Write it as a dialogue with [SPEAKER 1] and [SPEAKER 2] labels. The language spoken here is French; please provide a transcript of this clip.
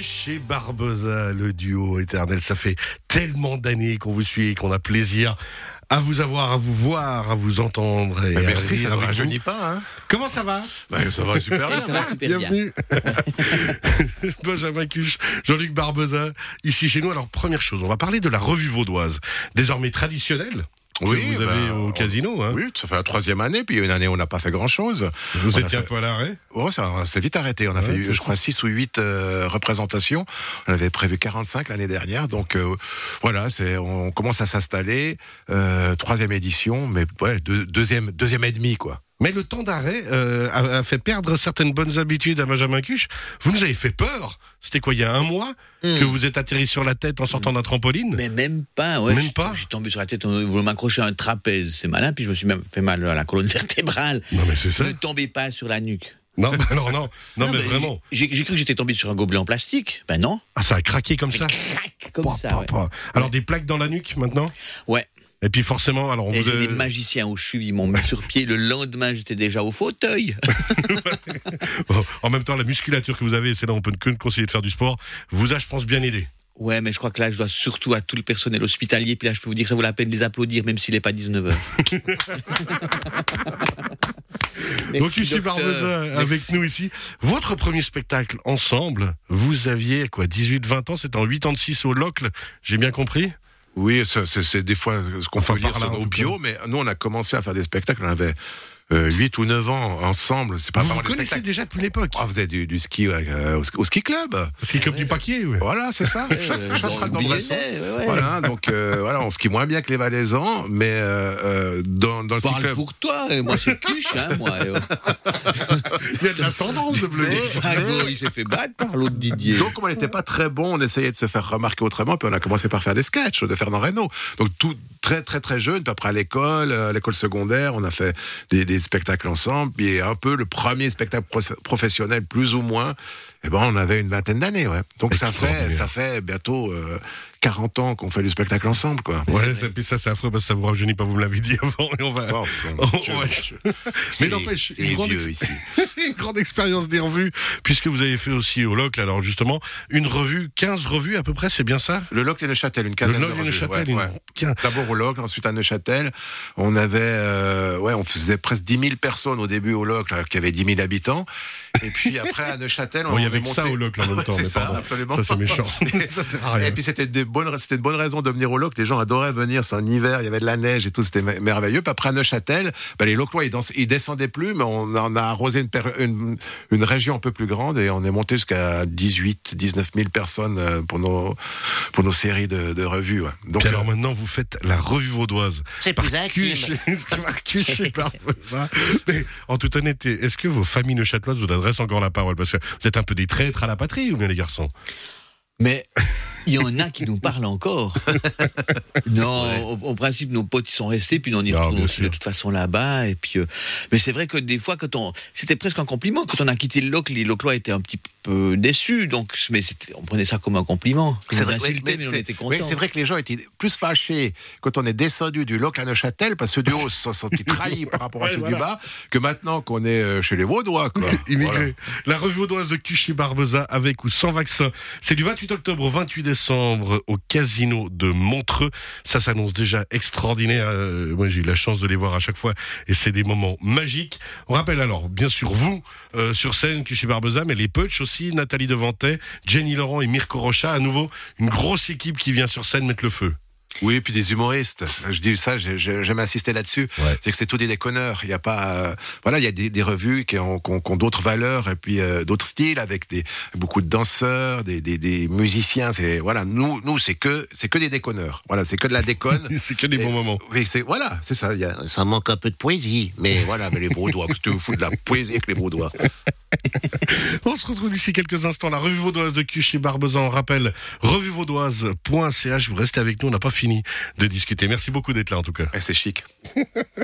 [SPEAKER 1] chez Barbeza, le duo éternel. Ça fait tellement d'années qu'on vous suit et qu'on a plaisir à vous avoir, à vous voir, à vous entendre. Et
[SPEAKER 2] Mais
[SPEAKER 1] à
[SPEAKER 2] Bah, merci,
[SPEAKER 1] rire
[SPEAKER 2] ça ne
[SPEAKER 1] avec
[SPEAKER 2] rajeunit
[SPEAKER 1] vous.
[SPEAKER 2] pas. Hein
[SPEAKER 1] Comment ça va
[SPEAKER 2] Bah, ça va super
[SPEAKER 3] Et
[SPEAKER 2] bien.
[SPEAKER 3] ça va super bien.
[SPEAKER 1] Ah, Bienvenue. Benjamin Cuche, Jean-Luc Barbeza, ici chez nous. Alors, première chose, on va parler de la revue vaudoise, désormais traditionnelle. que
[SPEAKER 2] Oui,
[SPEAKER 1] vous
[SPEAKER 2] bah,
[SPEAKER 1] avez au
[SPEAKER 2] on-
[SPEAKER 1] casino. Hein.
[SPEAKER 2] Oui, ça fait la troisième année, puis une année on n'a pas fait grand-chose.
[SPEAKER 1] Vous
[SPEAKER 2] On a
[SPEAKER 1] étiez un
[SPEAKER 2] fait-
[SPEAKER 1] peu à l'arrêt
[SPEAKER 2] Oh, ça on s'est vite arrêté. On a fait, je crois, 6 ou 8 représentations. On avait prévu 45 l'année dernière. Donc euh, voilà, c'est, on commence à s'installer. Euh, troisième édition, mais ouais, deux- deuxième, deuxième et demi, quoi.
[SPEAKER 1] Mais le temps d'arrêt euh, a, a fait perdre certaines bonnes habitudes à Benjamin Cuche. Vous nous avez fait peur. C'était quoi, il y a un mois que vous êtes atterri sur la tête en sortant d'un trampoline
[SPEAKER 3] Hmm. Mais même pas, ouais.
[SPEAKER 1] Même
[SPEAKER 3] je-
[SPEAKER 1] pas
[SPEAKER 3] Je suis tombé sur la tête, on voulait m'accrocher à un trapèze, c'est malin, puis je me suis même fait mal à la colonne vertébrale.
[SPEAKER 1] Non, mais c'est ça.
[SPEAKER 3] Ne tombez pas sur la nuque.
[SPEAKER 1] Non, alors non, non, mais
[SPEAKER 3] ben,
[SPEAKER 1] vraiment.
[SPEAKER 3] J'ai j'ai cru que j'étais tombé sur un gobelet en plastique. Ben non.
[SPEAKER 1] Ah, ça a craqué comme ça.
[SPEAKER 3] Crac, comme
[SPEAKER 1] Pouah,
[SPEAKER 3] ça.
[SPEAKER 1] pouah,
[SPEAKER 3] ouais.
[SPEAKER 1] pouah. Alors des plaques dans la nuque maintenant.
[SPEAKER 3] Ouais.
[SPEAKER 1] Et puis forcément, alors on
[SPEAKER 3] Et
[SPEAKER 1] vous
[SPEAKER 3] c'est
[SPEAKER 1] a-
[SPEAKER 3] des magiciens au cheville, ils m'ont mis sur pied. Le lendemain, j'étais déjà au fauteuil.
[SPEAKER 1] Bon, en même temps la musculature que vous avez, c'est là où on peut que conseiller de faire du sport. Vous a, je pense, bien aidé.
[SPEAKER 3] Ouais, mais je crois que là, je dois surtout à tout le personnel hospitalier. Puis là, je peux vous dire que ça vaut la peine de les applaudir, même s'il n'est pas 19h.
[SPEAKER 1] Donc ici Barbeza avec nous ici. Votre premier spectacle ensemble, vous aviez quoi 18-20 ans, c'était en 86 au Locle, j'ai bien compris
[SPEAKER 2] Oui, ça, c'est c'est des fois ce qu'on
[SPEAKER 1] Enfin,
[SPEAKER 2] peut dire
[SPEAKER 1] par là,
[SPEAKER 2] sur
[SPEAKER 1] en
[SPEAKER 2] nos
[SPEAKER 1] tout
[SPEAKER 2] bio, mais nous, on a commencé à faire des spectacles, on avait euh, 8 ou 9 ans ensemble. C'est pas
[SPEAKER 1] Vous
[SPEAKER 2] vraiment
[SPEAKER 1] vous
[SPEAKER 2] des
[SPEAKER 1] connaissez
[SPEAKER 2] spectacles. Oh,
[SPEAKER 1] déjà depuis l'époque.
[SPEAKER 2] On faisait du, du ski euh, au, ski- au ski club.
[SPEAKER 1] C'est comme du paquet, ouais.
[SPEAKER 2] Voilà, c'est ça.
[SPEAKER 3] Euh,
[SPEAKER 2] Chasseral d'Ambresson. Voilà, donc euh, voilà, on skie moins bien que les Valaisans, mais euh, euh, dans, dans le ski
[SPEAKER 3] Parle
[SPEAKER 2] club.
[SPEAKER 3] pour toi, et moi c'est cuche, hein, moi. et, euh,
[SPEAKER 1] Il y a de l'ascendance de Bleu.
[SPEAKER 3] le Fago, il s'est fait battre par l'autre Didier.
[SPEAKER 2] Donc, comme on n'était pas très bon, on essayait de se faire remarquer autrement, puis on a commencé par faire des sketchs de Fernand Reynaud. Donc, tout très, très, très jeune, puis après à l'école, euh, à l'école secondaire, on a fait des, des spectacles ensemble, puis un peu le premier spectacle prof- professionnel, plus ou moins, eh ben, on avait une vingtaine d'années, ouais. Donc, ça fait,
[SPEAKER 1] Extraordinaire.
[SPEAKER 2] ça fait bientôt euh, 40 ans qu'on fait du spectacle ensemble, quoi.
[SPEAKER 1] Ouais, ça, puis ça c'est affreux parce que ça vous rajeunit pas, vous me l'avez dit avant. Et on va...
[SPEAKER 2] Wow,
[SPEAKER 1] on
[SPEAKER 2] je-
[SPEAKER 1] va-
[SPEAKER 2] je-
[SPEAKER 1] Mais
[SPEAKER 2] c'est-
[SPEAKER 1] n'empêche,
[SPEAKER 2] les
[SPEAKER 1] une, grande
[SPEAKER 2] vieux
[SPEAKER 1] ex-
[SPEAKER 2] ici.
[SPEAKER 1] une grande expérience des revues, puisque vous avez fait aussi au Locle, alors justement, une revue, 15 revues à peu près, c'est bien ça
[SPEAKER 2] Le Locle et le Châtel, une
[SPEAKER 1] Le
[SPEAKER 2] quinzaine
[SPEAKER 1] Locle
[SPEAKER 2] de
[SPEAKER 1] et le
[SPEAKER 2] revues,
[SPEAKER 1] Châtel,
[SPEAKER 2] ouais,
[SPEAKER 1] une-
[SPEAKER 2] ouais.
[SPEAKER 1] quin-
[SPEAKER 2] D'abord au Locle, ensuite à Neuchâtel. On avait, euh, ouais, on faisait presque 10 000 personnes au début au Locle, alors qu'il y avait 10 000 habitants. Et puis après à Neuchâtel, on
[SPEAKER 1] Bon, il y
[SPEAKER 2] avait
[SPEAKER 1] avait que
[SPEAKER 2] monté...
[SPEAKER 1] ça au Locle en même
[SPEAKER 2] Ouais,
[SPEAKER 1] temps.
[SPEAKER 2] c'est
[SPEAKER 1] mais
[SPEAKER 2] ça,
[SPEAKER 1] pardon.
[SPEAKER 2] absolument.
[SPEAKER 1] Ça c'est méchant. ça sert à rien.
[SPEAKER 2] Et puis c'était des bonnes, c'était de bonnes raisons de venir au Locle. Les gens adoraient venir. C'est un hiver, il y avait de la neige et tout, c'était mer- merveilleux. Puis après à Neuchâtel, bah, les Loclois ils, dans- ils descendaient plus, mais on en a arrosé une, per- une, une région un peu plus grande et on est monté jusqu'à 18, 19 000 personnes euh, pour nos pour nos séries de, de revues. ouais. Donc euh,
[SPEAKER 1] Puis alors maintenant, vous faites la revue vaudoise.
[SPEAKER 4] C'est
[SPEAKER 1] Par
[SPEAKER 4] plus intime.
[SPEAKER 1] cuche- par cuche et par ça. Mais en toute honnêteté, est-ce que vos familles neuchâteloises vous adressent encore la parole Parce que vous êtes un peu des traîtres à la patrie, ou bien les garçons
[SPEAKER 3] Mais il y en a qui nous parlent encore. non, au- en principe, nos potes ils sont restés, puis nous, on y
[SPEAKER 1] Ah,
[SPEAKER 3] retourne
[SPEAKER 1] bien
[SPEAKER 3] aussi
[SPEAKER 1] sûr.
[SPEAKER 3] de toute façon là-bas. Et puis, euh, mais c'est vrai que des fois, quand on, c'était presque un compliment quand on a quitté le Locle, les Loclois étaient un petit peu déçus. Donc, mais c'était- on prenait ça comme un compliment. Ils nous
[SPEAKER 2] ouais,
[SPEAKER 3] insultaient,
[SPEAKER 2] mais
[SPEAKER 3] mais on
[SPEAKER 2] c'est-
[SPEAKER 3] était
[SPEAKER 2] oui,
[SPEAKER 3] contents.
[SPEAKER 2] c'est vrai que les gens étaient plus fâchés quand on est descendu du Locle à Neuchâtel, parce que ceux du haut se sont sentis trahis par rapport à
[SPEAKER 1] Ouais,
[SPEAKER 2] ceux
[SPEAKER 1] voilà.
[SPEAKER 2] du bas, que maintenant qu'on est euh, chez les Vaudois. Quoi.
[SPEAKER 1] Immigrés. La
[SPEAKER 2] Voilà.
[SPEAKER 1] revue vaudoise de Cuchy Barbeza avec ou sans vaccin. C'est du 28 octobre au 28 décembre au casino de Montreux. Ça s'annonce déjà extraordinaire. Euh, moi, j'ai eu la chance de les voir à chaque fois et c'est des moments magiques. On rappelle alors, bien sûr, vous euh, sur scène, Cuchy Barbeza, mais les Punch aussi, Nathalie Devantet, Jenny Laurent et Mirko Rocha. À nouveau, une grosse équipe qui vient sur scène mettre le feu.
[SPEAKER 2] Oui, et puis des humoristes. Je dis ça, j'ai- j'ai- j'aime insister là-dessus.
[SPEAKER 1] Ouais.
[SPEAKER 2] C'est que c'est tout des déconneurs. Il y a pas, euh, voilà, il y a des, des revues qui ont, qui ont- qui ont d'autres valeurs et puis euh, d'autres styles avec des beaucoup de danseurs, des, des, des musiciens. C'est voilà, nous, nous, c'est que c'est que des déconneurs. Voilà, c'est que de la déconne.
[SPEAKER 1] c'est que des bons
[SPEAKER 2] Et-
[SPEAKER 1] moments.
[SPEAKER 2] Oui, c'est voilà, c'est ça. il y a-
[SPEAKER 4] Ça manque un peu de poésie, mais
[SPEAKER 2] Et voilà, mais les Vaudois, que tu te fous de la poésie avec les Vaudois.
[SPEAKER 1] On se retrouve d'ici quelques instants. La revue vaudoise de Cuchy Barbezan. Rappel, revuevaudoise.ch. Vous restez avec nous, on n'a pas fini de discuter. Merci beaucoup d'être là en tout cas.
[SPEAKER 2] Et c'est Eh, chic.